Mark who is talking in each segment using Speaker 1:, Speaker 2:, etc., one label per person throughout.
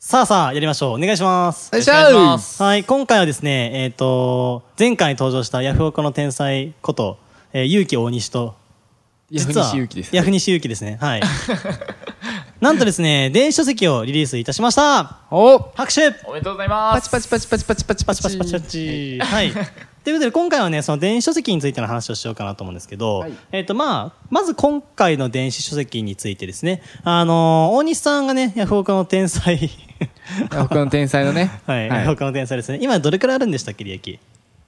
Speaker 1: さあさあ、やりましょう。お願いします。
Speaker 2: よいしょ
Speaker 1: はい、今回はですね、えっ、と、前回登場したヤフオクの天才こと、えー、ゆうき大西と、
Speaker 2: ヤフ
Speaker 1: 実は
Speaker 2: 西ゆうきです。
Speaker 1: ヤフニシゆうきですね。はい。 なんとですね、電子書籍をリリースいたしました
Speaker 2: お
Speaker 1: 拍手
Speaker 3: おめでとうございま
Speaker 2: パ
Speaker 3: す
Speaker 2: チパチパチパチパチパチ
Speaker 1: パ
Speaker 2: パ
Speaker 1: チパチパ
Speaker 2: チ
Speaker 1: チパチ。はい。ということで、今回はね、その電子書籍についての話をしようかなと思うんですけど、
Speaker 2: はい
Speaker 1: えっ、と、まあ、まず今回の電子書籍についてですね、あのー大西さんがね、ヤフオクの天才、。
Speaker 2: 他の天才のね
Speaker 1: はい、ヤフオクの天才ですね。 今どれくらいあるんでしたっけ、利益。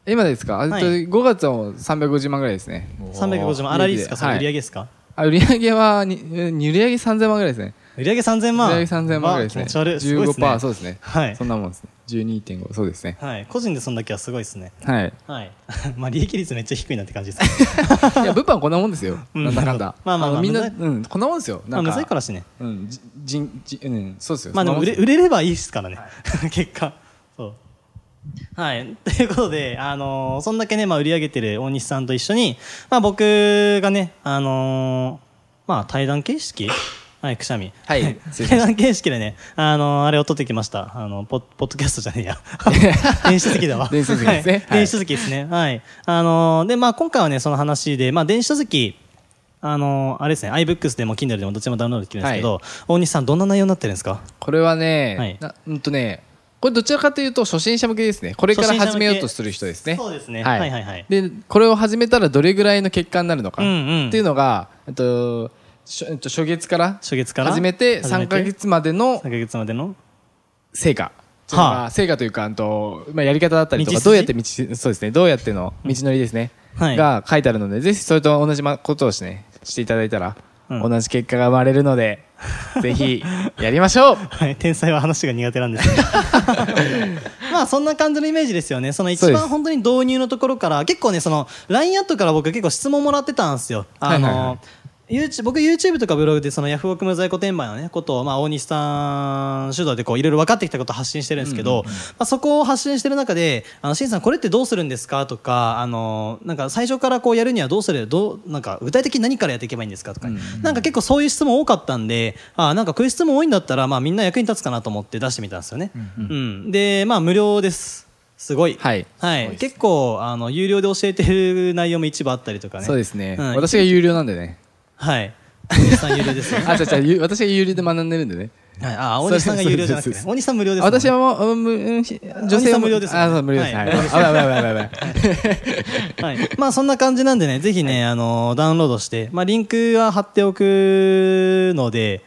Speaker 2: 今ですかあと
Speaker 1: はい
Speaker 2: 5月はもう350万ぐらいですね。
Speaker 1: 350万。あらりですかそれ
Speaker 2: はい
Speaker 1: 売り上げですか、
Speaker 2: あ売り上げはに、えー売り上げ3000万ぐらいですね。
Speaker 1: 売り上げ3000
Speaker 2: 売
Speaker 1: 万。
Speaker 2: り上げ3000万ぐらいですね。
Speaker 1: わあ気持ち悪い。すごいですね。
Speaker 2: 15%そうですね。
Speaker 1: はい
Speaker 2: そんなもんですね。12.5、そうですね。
Speaker 1: はい。個人でそんだけはすごいですね。
Speaker 2: はい。
Speaker 1: はい。まあ、利益率めっちゃ低いなって感 じですね。
Speaker 2: いや、物販こんなもんですよ。
Speaker 1: うん
Speaker 2: なんだかんだ。
Speaker 1: まあまあまあ
Speaker 2: のみんな、
Speaker 1: むず
Speaker 2: うん、こんなもんですよ。
Speaker 1: ま
Speaker 2: な
Speaker 1: あ、
Speaker 2: ん
Speaker 1: むずいか
Speaker 2: か、
Speaker 1: らしね。
Speaker 2: うん、じ、じん、じうん、そうですよ。
Speaker 1: まあでも売れ
Speaker 2: そんな
Speaker 1: 売れればいいですからね、 結果。そう。はい。 ということで、あのーそんだけね、まあ売り上げてる大西さんと一緒に、まあ僕がね、あのーまあ対談形式はい、くしゃみ。
Speaker 2: はい
Speaker 1: 対
Speaker 2: 失礼しました
Speaker 1: 談形式でね、あのーあれを撮ってきました。あの、ポポッドキャストじゃ ねえや。電子書籍だわ。
Speaker 2: 電子書籍ですね
Speaker 1: はい
Speaker 2: はい
Speaker 1: 電子書籍ですね。はい。あのーで、まあ今回はね、その話で、まあ電子書籍、あのーあれですね、iBooks でも Kindle でもどっちでもダウンロードできるんですけど、大西さんどんな内容になってるんですか
Speaker 2: これはね、
Speaker 1: はい
Speaker 2: なうんとね、これどちらかというと初心者向けですね。これから始めようとする人ですね。
Speaker 1: そうですね。は
Speaker 2: はいい、
Speaker 1: はいはいはい。
Speaker 2: でこれを始めたらどれぐらいの結果になるのか、
Speaker 1: うんうん
Speaker 2: っていうのが、えっと、しょえっと初月から
Speaker 1: 初月から
Speaker 2: 始めて
Speaker 1: 始めて
Speaker 2: 3か月までの
Speaker 1: 3ヶ月までの
Speaker 2: 成果
Speaker 1: はあ
Speaker 2: まあ成果というかあんと、まあ、やり方だったりと
Speaker 1: 道
Speaker 2: か
Speaker 1: 筋
Speaker 2: どうやって道しそうですねどうやっての道のりですね、
Speaker 1: はい
Speaker 2: が書いてあるのでぜひそれと同じまことをし,、ね、していただいた
Speaker 1: うん
Speaker 2: ら、同じ結果が生まれる のでぜひやりましょう
Speaker 1: はい、天才は話が苦手なん ですけどまあそんな感じのイメージですよねその
Speaker 2: そう
Speaker 1: 一
Speaker 2: で
Speaker 1: 番
Speaker 2: す
Speaker 1: 本当に導入のところから結構ねその LINE アットから僕結構質問もらってたんですよあの、
Speaker 2: はいはいはい
Speaker 1: YouTube 僕 YouTube とかブログでそのヤフオク無在庫転売のねことを、まあ、大西さん主導でこういろいろ分かってきたことを発信してるんですけど、まあ、そこを発信してる中で「あのしんさんこれってどうするんですか?」とかあのなんか最初からこうやるにはどうするどうなんか具体的に何からやっていけばいいんですかとか、なんか結構そういう質問多かったんであなんかこういう質問多いんだったら、まあ、みんな役に立つかなと思って出してみたんですよね。うんで、まあ、無料ですすごい、
Speaker 2: はい
Speaker 1: はい、結構あの有料で教えてる内容も一部あったりとかね
Speaker 2: そうですね、
Speaker 1: うん
Speaker 2: 私が有料なんでね
Speaker 1: はい。大西さん有料です よ。
Speaker 2: あ違う違 う私が有料で学んでるんでね
Speaker 1: はい、あ、大西さんが有料じゃなくて、ね、大西さん無料です、
Speaker 2: 私は。もう、うんむうんひ女
Speaker 1: 大西
Speaker 2: 性
Speaker 1: さ
Speaker 2: は
Speaker 1: ん無料ですよね
Speaker 2: あ、そう無料です。
Speaker 1: は
Speaker 2: はいい。あ、危ない危ない危ない危ない。
Speaker 1: はい。 まあそんな感じなんでね、ぜひね、あの、ダウンロードして、まあリンクは貼っておくので、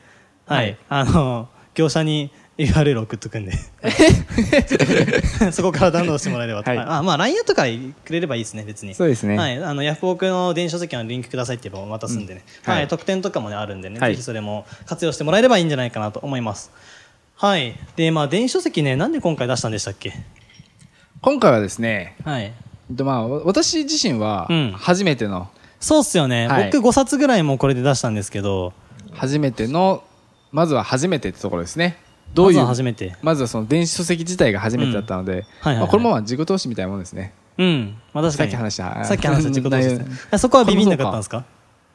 Speaker 1: はい。あの、業者に URL 送っとく んで。そこからダウンロードしてもらえればと。
Speaker 2: はい
Speaker 1: あまあ LINE とかくれればいいですね、別に。
Speaker 2: そうですね
Speaker 1: はい。あの、ヤフオクの電子書籍のリンクくださいって言えば渡すんでね。
Speaker 2: うん
Speaker 1: は、
Speaker 2: はいい
Speaker 1: 特典とかもね、あるんでね、
Speaker 2: はい
Speaker 1: ぜひそれも活用してもらえればいいんじゃないかなと思います。はい。で、まあ電子書籍ね、なんで今回出したんでしたっけ
Speaker 2: 今回はですね、
Speaker 1: はい。
Speaker 2: えっとまあ、わ私自身は
Speaker 1: うん
Speaker 2: 初めての、
Speaker 1: そうっすよね、
Speaker 2: はい
Speaker 1: 僕5冊ぐらいもうこれで出したんですけど
Speaker 2: 初めての、まずは初めてってところですね。どういう、
Speaker 1: まずは初めて
Speaker 2: まずはその電子書籍自体が初めてだったので、
Speaker 1: はいはいはい
Speaker 2: まあこれもまあ自己投資みたいなもんですね。
Speaker 1: うんまあ確かに
Speaker 2: さっき話した
Speaker 1: さっき話した自己投資ですね
Speaker 2: 内容
Speaker 1: あそこはビビんなかったんですか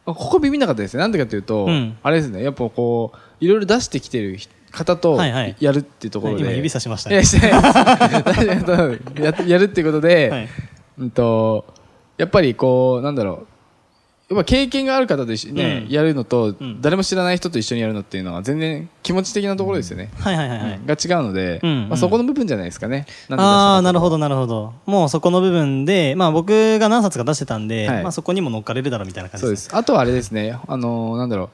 Speaker 2: ここビビんなかったですね。なんでかというと、
Speaker 1: うん
Speaker 2: あれですね、やっぱこう、いろいろ出してきてる人方と
Speaker 1: はいはい
Speaker 2: やるっていうところで。
Speaker 1: 今指さしました
Speaker 2: い
Speaker 1: ね
Speaker 2: や、し てないですややるっていうことで、
Speaker 1: はい
Speaker 2: うんと、やっぱりこう、なんだろう。やっぱ経験がある方と一緒にね、
Speaker 1: うん
Speaker 2: やるのと、
Speaker 1: ん
Speaker 2: 誰も知らない人と一緒にやるのっていうのは全然気持ち的なところですよね。
Speaker 1: はいはいはいはい、
Speaker 2: が違うので、
Speaker 1: うんうん
Speaker 2: まあ、そこの部分じゃないですかね。なんで出したか
Speaker 1: ああーなるほどなるほどもうそこの部分で、まあ、僕が何冊か出してたんで、
Speaker 2: はい
Speaker 1: まあ、そこにも乗っかれるだろうみたいな感じ
Speaker 2: そうです。あとはあれですね、あのーなんだろ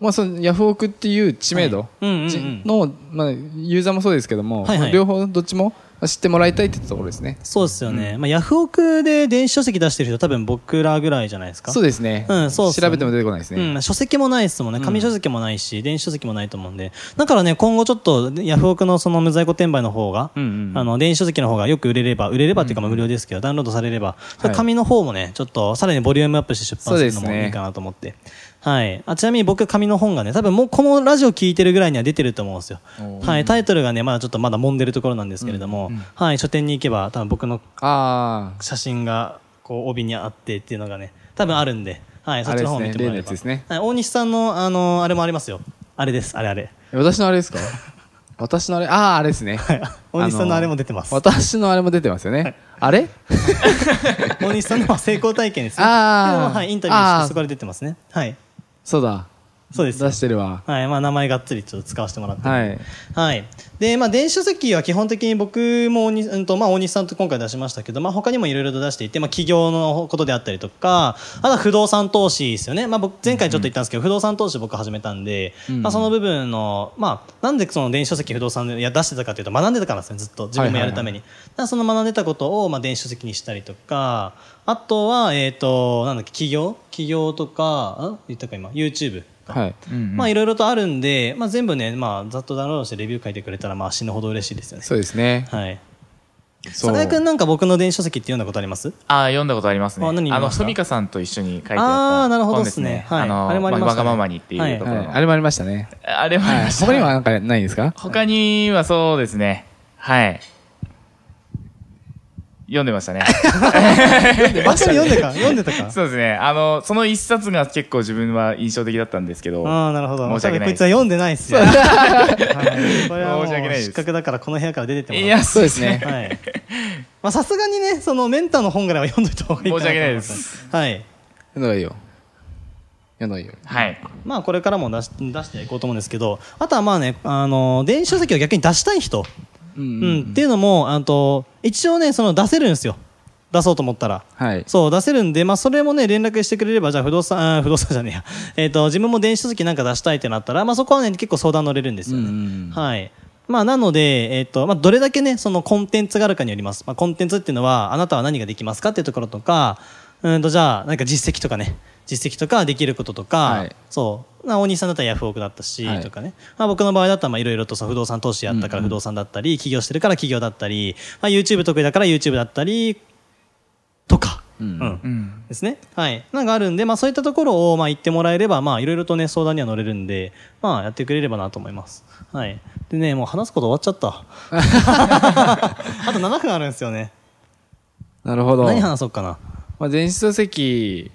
Speaker 2: う。まあ、そのヤフオクっていう知名度
Speaker 1: うんうんうん
Speaker 2: ちの、まあ、ユーザーもそうですけども、
Speaker 1: はいはい
Speaker 2: 両方どっちもあ知ってもらいたいってところですね。
Speaker 1: そうですよね。まあ、ヤフオクで電子書籍出してる人多分僕らぐらいじゃないですか。
Speaker 2: そうですね。
Speaker 1: うんそうっすね
Speaker 2: 調べても出てこないですね。
Speaker 1: うん、書籍もないですもんね。紙書籍もないし、電子書籍もないと思うんで。だからね、今後ちょっと、ヤフオクのその無在庫転売の方が、
Speaker 2: うんうんうん
Speaker 1: あの、電子書籍の方がよく売れれば、売れればっていうかまあ無料ですけど、ダウンロードされれば、それ
Speaker 2: はい
Speaker 1: 紙の方もね、ちょっとさらにボリュームアップして出版するの
Speaker 2: そうです
Speaker 1: も
Speaker 2: ね
Speaker 1: いいかなと思って。はい。あ、ちなみに僕、紙の本がね、多分もうこのラジオ聞いてるぐらいには出てると思うんですよ。はい。タイトルがね、まだちょっとまだ揉んでるところなんですけれども、はい。書店に行けば、多分僕の
Speaker 2: あ
Speaker 1: 写真がこう帯にあってっていうのがね多分あるんで、はい、そっちの方を見てもらえ
Speaker 2: あれ
Speaker 1: れ
Speaker 2: ですね例のやつ
Speaker 1: ば
Speaker 2: ですね
Speaker 1: はい、大西さんの、あのあれもありますよあれですあれあ れ
Speaker 2: あ。私のあ れですか私のあれ、ああ、あれですね。
Speaker 1: 大西さんのあれも出てます
Speaker 2: 私のあれも出てますよね。あれ
Speaker 1: 大西さんのは成功体験ですよ
Speaker 2: あー
Speaker 1: でもはい、インタビューし
Speaker 2: あー
Speaker 1: てそこから出てますねはい
Speaker 2: そうだ。
Speaker 1: そうです
Speaker 2: 出してるわ。
Speaker 1: はいまあ、名前がっつりちょっと使わせてもらってるんで
Speaker 2: はい。
Speaker 1: はい。で、まあ、電子書籍は基本的に僕も大西、うんと、まあ、大西さんと今回出しましたけど、まあ、他にもいろいろと出していて、まあ、企業のことであったりとか、あとは不動産投資ですよね。まあ、僕、前回ちょっと言ったんですけど、不動産投資僕始めたんで、
Speaker 2: うん
Speaker 1: まあ、その部分の、まあ、なんでその電子書籍不動産でいや出してたかというと、学んでたからなんですね、ずっと。自分もやるために。だからその学んでたことを、まあ、電子書籍にしたりとか、あとは、えっ、と、なんだっけ、企業企業とか、ん言ったか今、YouTube。
Speaker 2: はい。うんうん
Speaker 1: まあいろいろとあるんで、まあ、全部ね、まあ、ざっとダウンロードしてレビュー書いてくれたらまあ死ぬほど嬉しいですよね。
Speaker 2: そうですね。
Speaker 1: はい。
Speaker 2: そ
Speaker 1: さ
Speaker 2: う
Speaker 1: だやくんなんか僕の電子書籍って読んだことあります
Speaker 3: ああ、読んだことありますね。
Speaker 1: あ
Speaker 3: あ
Speaker 1: 何見ま
Speaker 3: の、
Speaker 1: した
Speaker 3: ソミカさんと一緒に書いてあった
Speaker 1: ああー、なるほどで
Speaker 3: 本ですす
Speaker 1: ね
Speaker 3: ね。。
Speaker 1: はい。
Speaker 3: の
Speaker 1: あれもありました、ね。
Speaker 3: わがままにっていうところ
Speaker 2: は
Speaker 3: の。
Speaker 2: い。あれもありましたね。
Speaker 3: あれもあり
Speaker 2: は
Speaker 3: ま
Speaker 2: い。
Speaker 3: した。
Speaker 2: 他にはなんかないですか
Speaker 3: 他にはそうですね。はい。読んでま したね。
Speaker 1: あ、それ読んでた か読んでたか
Speaker 3: そうですね。あの、その一冊が結構自分は印象的だったんですけど。
Speaker 1: ああ、なるほど。
Speaker 3: 申し訳ない
Speaker 1: こいつは読んでないっすよ。はいこれはもう
Speaker 3: 申し訳ないです
Speaker 1: 失格だからこの部屋から出てってもらう
Speaker 3: いや、
Speaker 2: そ
Speaker 3: そうう
Speaker 2: で
Speaker 3: ですす
Speaker 2: ね
Speaker 3: ね。
Speaker 1: はい。まあさすがにね、そのメンターの本ぐらいは読んどいた方がいいかなと思
Speaker 3: 申し訳ないで
Speaker 1: ます。はい。
Speaker 2: 読んだ方がいいよ。読んだ方がいいよ。
Speaker 3: はい。
Speaker 1: まあこれからも出し出していこうと思うんですけど、あとはまあね、あの、電子書籍を逆に出したい人。
Speaker 2: う
Speaker 1: うん、っていうのもあと一応ねその出せるんですよ出そうと思ったら
Speaker 2: はい。
Speaker 1: そう出せるんで、まあ、それもね連絡してくれればじゃあ不動産あー 不動産じゃねえや、えー、と自分も電子書籍なんか出したいってなったら、まあ、そこはね結構相談乗れるんですよね、
Speaker 2: うんうんうん
Speaker 1: はいまあ、なので、えーとまあ、どれだけねそのコンテンツがあるかによります、まあ、コンテンツっていうのはあなたは何ができますかっていうところとかうんとじゃあなんか実績とかね実績とかできることとか、
Speaker 2: はい
Speaker 1: そうな大西さんだったらヤフオクだったし、
Speaker 2: はい
Speaker 1: とかね、まあ、僕の場合だったらまあいろいろとその不動産投資やったから不動産だったり、起業してるから起業だったり、まあ、YouTube 得意だから YouTube だったりとか、
Speaker 2: うん
Speaker 3: うん。
Speaker 1: ですね。はい。なんかあるんで、まあそういったところを、まあ言ってもらえれば、まあいろいろとね、相談には乗れるんで、まあやってくれればなと思います。はい。でね、もう話すこと終わっちゃ った。あと7分あるんですよね。
Speaker 2: なるほど。
Speaker 1: 何話そうかな。
Speaker 2: まあ、電子書籍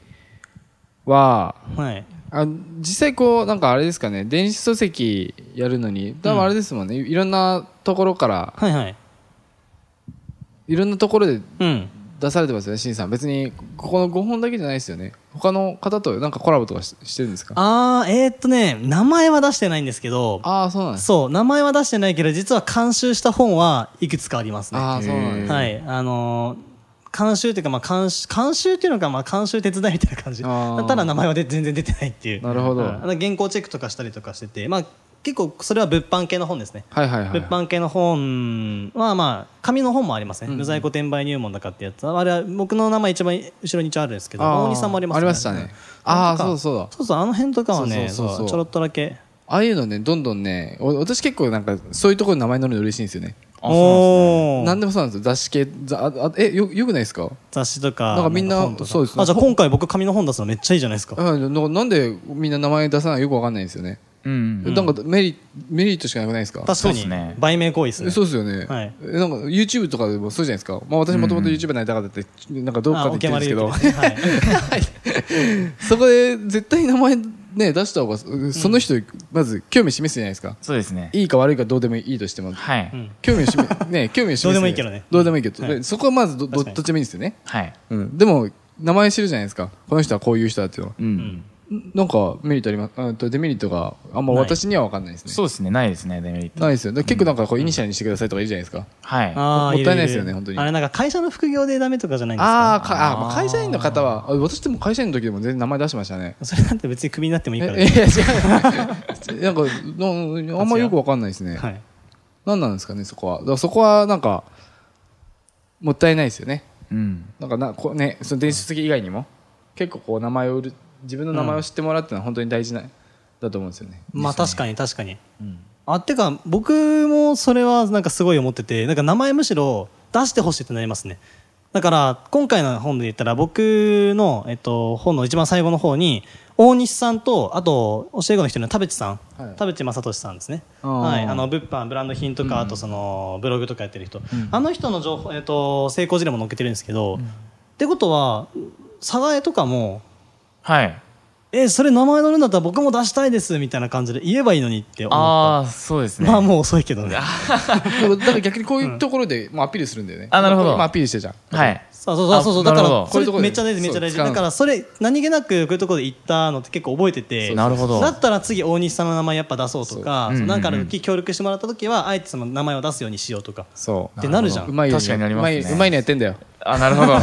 Speaker 2: は、
Speaker 1: はい。
Speaker 2: あ実際こう、なんかあれですかね、電子書籍やるのに、多分あれですもんね、いろんなところから、
Speaker 1: はいはい。
Speaker 2: いろんなところで
Speaker 1: うん。
Speaker 2: 出されてますよね、しんさん。別に、ここの5本だけじゃないですよね。他の方となんかコラボとかししてるんですか
Speaker 1: あー、えー、っとね、名前は出してないんですけど、
Speaker 2: ああ、そうなんです
Speaker 1: そう、名前は出してないけど、実は監修した本はいくつかありますね。
Speaker 2: ああ、そうなんですね。
Speaker 1: はい、あのー監修というか、まあ、監修、監修っていうのか、まあ、監修手伝いみたいな感じ。
Speaker 2: あー
Speaker 1: ただ名前はで全然出てないっていう。
Speaker 2: なるほど
Speaker 1: うんあの原稿チェックとかしたりとかしてて、まあ、結構、それは物販系の本ですね。
Speaker 2: はいはいはい。
Speaker 1: 物販系の本は、まあ、紙の本もありますね。
Speaker 2: うん
Speaker 1: 無在庫転売入門だかってやつは。あれは、僕の名前一番後ろに一応あるんですけど、
Speaker 2: あー
Speaker 1: 大西さんもあります
Speaker 2: ありましたね
Speaker 1: うん
Speaker 2: あ
Speaker 1: と
Speaker 2: ー
Speaker 1: か
Speaker 2: そうそうだ
Speaker 1: そうそう、あの辺とかはね、
Speaker 2: そうそうそうそう
Speaker 1: そうちょろっとだけ。
Speaker 2: ああいうのね、どんどんね、お私結構なんか、そういうところに名前載るの嬉しいんですよね。
Speaker 3: あそう
Speaker 1: おー
Speaker 2: なんでもそうなんですよ。雑誌系、ざああえ、よ、よくないですか
Speaker 1: 雑誌とか。
Speaker 2: なんかみんな
Speaker 1: 本とか
Speaker 2: そうですね
Speaker 1: あ、じゃあ今回僕紙の本出すのめっちゃいいじゃないですか。
Speaker 2: あななんでみんな名前出さないかよくわかんないんですよね。
Speaker 3: なんですねうん。
Speaker 2: なんかメリメリットしかなくないですか
Speaker 1: 確
Speaker 3: そ
Speaker 1: か
Speaker 3: うっす
Speaker 1: に
Speaker 3: ね。
Speaker 1: 売名行為ですね。
Speaker 2: そうですよね、
Speaker 1: はい
Speaker 2: えなんか YouTube とかでもそうじゃないですか、まあ、私もともと YouTuber になりたかったって、なんかどっかで言ってるんですけ
Speaker 1: あお
Speaker 2: ど、
Speaker 1: 決まりですねはい
Speaker 2: そこで絶対名前、ね、出した方がその人、まず興味示すじゃないですか、
Speaker 3: そうですね。
Speaker 2: いいか悪いかどうでもいいとしても、
Speaker 3: はい。
Speaker 1: ん
Speaker 2: 興味を示 ね興味を示す
Speaker 1: どうでもいいけどね
Speaker 2: どうでもいいけど、
Speaker 1: はい
Speaker 2: でそこはまずどど
Speaker 1: 確かに
Speaker 2: どっちでもいいんですよね、
Speaker 3: はい。
Speaker 2: うん、でも名前知るじゃないですかこの人はこういう人だっていうのは
Speaker 3: うん。
Speaker 2: んなんかメリットありますあとデメリットがあんま
Speaker 1: ない
Speaker 2: 私には分かんないですね
Speaker 3: そうですね。ないですね、デメリット。
Speaker 2: ないですよ。だから結構なんかこうイニシャルにしてくださいとかいるじゃないですか。
Speaker 3: はい。
Speaker 1: あー
Speaker 2: もったいない
Speaker 1: るる
Speaker 2: ですよね本当に
Speaker 1: あれなんか会社の副業でダメとかじゃないんです
Speaker 2: あー
Speaker 1: か
Speaker 2: かあー、まあ会社員の方は、あ私でも会社員の時でも全然名前出してましたね。
Speaker 1: それなんて別にクビになってもいい
Speaker 2: え
Speaker 1: から
Speaker 2: い
Speaker 1: ね。
Speaker 2: や違う。なんかの、あんまよくわかんないですね。
Speaker 1: はい。
Speaker 2: 何なんですかね、そこは。だからそこはなんか、もったいないですよね
Speaker 3: うん
Speaker 2: なんかなこうねその電子書籍以外にも結構こう名前を売る自分の名前を知ってもらうっていうのは本当に大事なだと思うんですよね、
Speaker 1: まあ確かに確かに。
Speaker 3: うん
Speaker 1: あってか僕もそれはなんかすごい思っててなんか名前むしろ出してほしいってなりますねだから今回の本で言ったら僕の、えっと、本の一番最後の方に大西さんとあと教え子の人の田淵さん、
Speaker 2: はい
Speaker 1: 田淵正俊さんですね
Speaker 2: あー
Speaker 1: はい、あの物販ブランド品とか、あとそのブログとかやってる人、あの人の情報、えっと成功事例も載っけてるんですけど、ってことは寒河江とかも
Speaker 3: はい
Speaker 1: えそれ名前載るんだったら僕も出したいですみたいな感じで言えばいいのにって思った
Speaker 3: ああそうですね
Speaker 1: まあもう遅いけどね
Speaker 2: でもだから逆にこういうところでもうアピールするんだよね、
Speaker 3: あなるほど
Speaker 2: まあアピールしてじゃん
Speaker 3: はい
Speaker 1: そうそうそうそう
Speaker 3: あ
Speaker 1: だか
Speaker 3: なるほ
Speaker 1: ら
Speaker 3: ど
Speaker 1: そ
Speaker 2: こういうとこ
Speaker 1: れめ
Speaker 2: で
Speaker 1: っちゃ大事めっちゃ大事
Speaker 2: そう使うの
Speaker 1: だからそれ何気なくこういうところで言ったのって結構覚えてて
Speaker 3: なるほど
Speaker 1: だったら次大西さんの名前やっぱ出そうとか
Speaker 3: そう
Speaker 1: そうなんかあ
Speaker 3: うんうん
Speaker 1: る
Speaker 3: うん
Speaker 1: 時協力してもらった時はあえてその名前を出すようにしようとか
Speaker 2: そう
Speaker 1: ってなるじゃん
Speaker 2: うまいよう
Speaker 3: 確かになりますね
Speaker 2: うまいうまいのやってんだよ
Speaker 3: あな るほど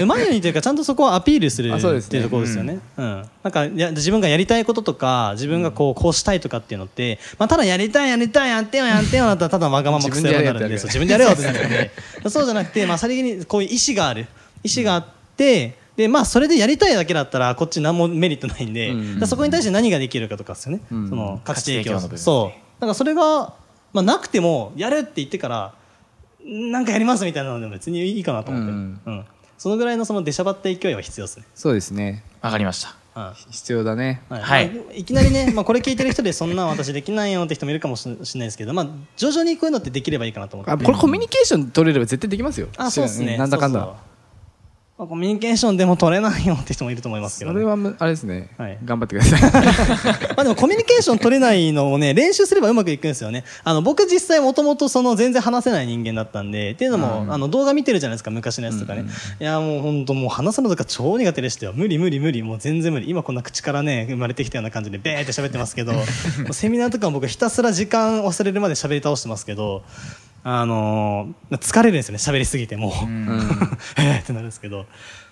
Speaker 1: うまいようにというかちゃんとそこをアピールする
Speaker 2: あ
Speaker 1: っ
Speaker 2: そうです
Speaker 1: て
Speaker 2: ね
Speaker 1: いうところですよね。うんなんかや自分がやりたいこととか自分がこうこうしたいとかっていうのって、まあ、ただやりたいやりたいやってよやってよだったらただわがままくせよになるんでそう自
Speaker 2: 自
Speaker 1: 分でやれよってなるんでそうじゃなくて、まあ、さりげにこういう意思がある意思があって。でまあ、それでやりたいだけだったらこっち何もメリットないんで、
Speaker 2: うんうん
Speaker 1: だからそこに対して何ができるかとかですよね、
Speaker 2: ん
Speaker 1: その価値提供
Speaker 3: 価値提供の部分
Speaker 1: そうだからそれが、まあ、なくてもやるって言ってからなんかやりますみたいなのでも別にいいかなと思って、う
Speaker 2: う
Speaker 1: んんそのぐらいのその出しゃばった勢いは必要ですね、
Speaker 2: そうですね
Speaker 3: わかりました
Speaker 1: は
Speaker 2: 必要だね
Speaker 1: い
Speaker 3: はい
Speaker 1: まあいきなりね、 まあ、これ聞いてる人でそんなん私できないよって人もいるかもしれないですけど、まあ、徐々にこういうのってできればいいかなと思って
Speaker 2: あこれコミュニケーション取れれば絶対できますよ
Speaker 1: あそうですね
Speaker 2: なんだかん
Speaker 1: そうそう
Speaker 2: だ
Speaker 1: まあコミュニケーションでも取れないよって人もいると思いますけ
Speaker 2: そ
Speaker 1: ど、
Speaker 2: れ
Speaker 1: ね、
Speaker 2: はむあれですね
Speaker 1: はい
Speaker 2: 頑張ってくだ さい
Speaker 1: まあでもコミュニケーション取れないのをね練習すればうまくいくんですよねあの僕実際もともとその全然話せない人間だったんでっていうのも、あの動画見てるじゃないですか昔のやつとかね、いやもう本当もう話すのとか超苦手でしたよ無理無理無理もう全然無理今こんな口からね生まれてきたような感じでベーって喋ってますけ どもうセミナーとかも僕ひたすら時間忘れるまで喋り倒してますけどあのー疲れるんですよね喋りすぎてもう。 えーってなるんですけど。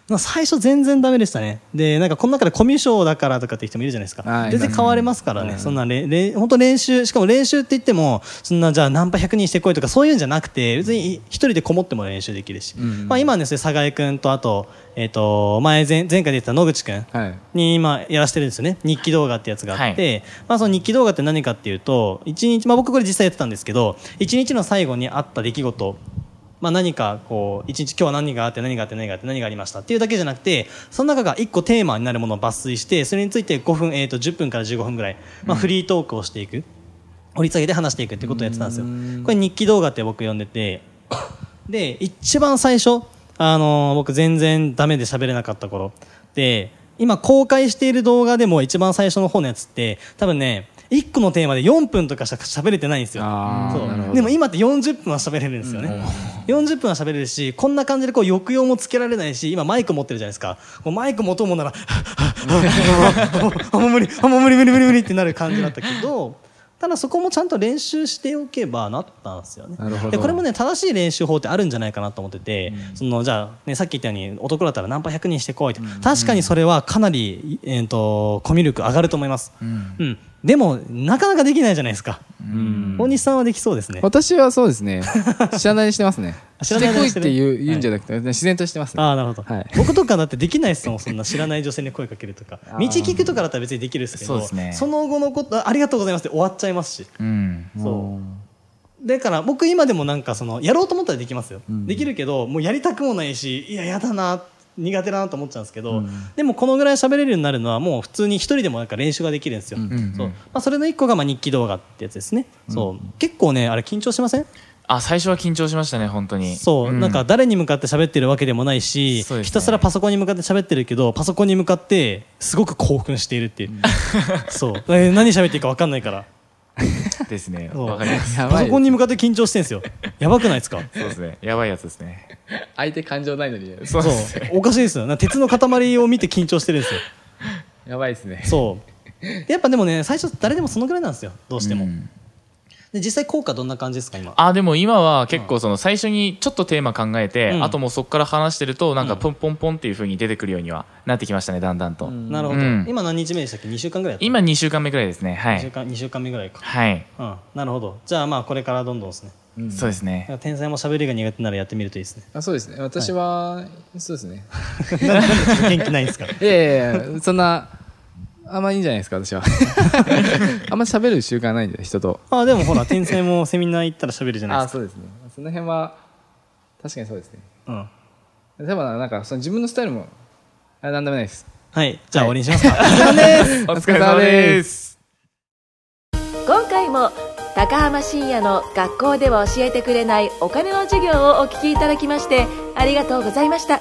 Speaker 1: まあ最初全然ダメでしたね。で、なんかこの中でコミュ障だからとかって人もいるじゃないです
Speaker 2: あ
Speaker 1: か
Speaker 2: ー。
Speaker 1: 全然
Speaker 2: います
Speaker 1: 変われますからね。そんなれ、れ、本当練習、しかも練習って言っても、そんなじゃあナンパ100人してこいとかそういうんじゃなくて、別に一人でこもっても練習できるし。まあ今はね、それ佐賀江くんとあと、えっ、と、前前、前回で言った野口くん。
Speaker 2: はい
Speaker 1: に今やらしてるんですよね日記動画ってやつがあって、まあ、その日記動画って何かっていうと一日、まあ、僕これ実際やってたんですけど一日の最後にあった出来事、まあ、何かこう一日今日は何があって何があって何があって何がありましたっていうだけじゃなくてその中が一個テーマになるものを抜粋してそれについて5分、えー、と10分から15分ぐらい、まあ、フリートークをしていく、掘り下げて話していくってことをやってたんですよこれ日記動画って僕呼んでてで一番最初、あのー僕全然ダメで喋れなかった頃で今公開している動画でも一番最初の方のやつって多分ね1個のテーマで4分とかしか喋れてないんですよ
Speaker 2: あー
Speaker 1: そう
Speaker 2: なるほど
Speaker 1: でも今って40分は喋れるんですよね、40分は喋れるしこんな感じでこう抑揚もつけられないし今マイク持ってるじゃないですかこうマイク持とうもんならあもう無理あもう無理無理無理無理ってなる感じだったけどただそこもちゃんと練習しておけばなったんですよね
Speaker 2: なるほど
Speaker 1: でこれもね正しい練習法ってあるんじゃないかなと思ってて、そのじゃあ、ね、さっき言ったように男だったらナンパ100人してこいって、確かにそれはかなり、えー、とコミュ力上がると思います、
Speaker 3: うん
Speaker 1: うん、でもなかなかできないじゃないですか
Speaker 3: うん
Speaker 1: 大西さんはできそうですね。
Speaker 2: 私はそうですね知らないにしてますね
Speaker 1: あ
Speaker 2: し
Speaker 1: 知
Speaker 2: て
Speaker 1: らない
Speaker 2: こ
Speaker 1: に
Speaker 2: いっ
Speaker 1: して
Speaker 2: て
Speaker 1: る
Speaker 2: 言う言うんじゃなくて自然としてますね
Speaker 1: ああ、なるほど、
Speaker 2: はい
Speaker 1: 僕とかだってできないですもん、そんな知らない女性に声かけるとか。
Speaker 2: ー
Speaker 1: 道聞くとかだったら別にできるですけど、
Speaker 3: そうですね
Speaker 1: その後のこと、あありがとうございますって終わっちゃいますし。
Speaker 3: うん
Speaker 1: そうう。だから僕今でもなんかその、やろうと思ったらできますよ。
Speaker 2: ん
Speaker 1: できるけど、もうやりたくもないし、いや、やだな、苦手だなと思っちゃうんですけど、でもこのぐらい喋れるようになるのはもう普通に一人でもなんか練習ができるんですよ。
Speaker 2: うん
Speaker 3: うん
Speaker 1: そうまあ、それの一個がまあ日記動画ってやつですね。そう結構ね、あれ緊張しません
Speaker 3: あ最初は緊張しましたね本当に
Speaker 1: そう、なんか誰に向かって喋ってるわけでもないし、
Speaker 3: そうですね
Speaker 1: ひたすらパソコンに向かって喋ってるけどパソコンに向かってすごく興奮しているっていう、 そうえー何喋っていいか分かんないから
Speaker 3: ですね
Speaker 1: そう
Speaker 3: わか ります
Speaker 2: やば
Speaker 1: パ
Speaker 2: い
Speaker 1: ソコンに向かって緊張してるんですよやばくないですか
Speaker 3: そうですねやばいやつですね
Speaker 2: 相手感情ないのに
Speaker 3: そう
Speaker 1: そ
Speaker 3: で
Speaker 1: う
Speaker 3: すね
Speaker 1: おかしいですよなんか鉄の塊を見て緊張してるん ですよ
Speaker 2: やばいですね
Speaker 1: そうでやっぱでもね最初誰でもそのぐらいなんですよどうしても、
Speaker 3: うん
Speaker 1: で実際効果どんな感じですか今
Speaker 3: あでも今は結構その最初にちょっとテーマ考えて、
Speaker 1: うん
Speaker 3: あともうそこから話してるとなん
Speaker 1: う
Speaker 3: か
Speaker 1: ん
Speaker 3: ポンポンポンっていう風に出てくるようにはなってきましたねだんだんと、
Speaker 2: うん
Speaker 1: なるほど、
Speaker 3: うん
Speaker 1: 今何日目でしたっけ2週間ぐらいやった
Speaker 3: 今2週間目くらいですねは
Speaker 1: 2週
Speaker 3: い、
Speaker 1: 間二週間目ぐらいか
Speaker 3: はい
Speaker 1: うんなるほどじゃあまあこれからどんどんですね
Speaker 3: そうです
Speaker 1: だ
Speaker 3: ね
Speaker 1: から天才も喋りが苦手ならやってみるといい ですね
Speaker 2: あそうですね私は、そうですね
Speaker 1: 元気ないんですか
Speaker 2: いやいやいやそんなあんまいいんじゃないですか 私はあんま喋る習慣ないんで人と
Speaker 1: あでもほら天才もセミナー行ったら喋るじゃない
Speaker 2: あ
Speaker 1: ですか
Speaker 2: そうですねその辺は確かにそうですね
Speaker 1: うん
Speaker 2: でもなんかその自分のスタイルもあなんでもないです
Speaker 1: はいじゃあ終わりにしますか
Speaker 3: お疲れ様です
Speaker 4: 今回も高浜深也の学校では教えてくれないお金の授業をお聞きいただきましてありがとうございました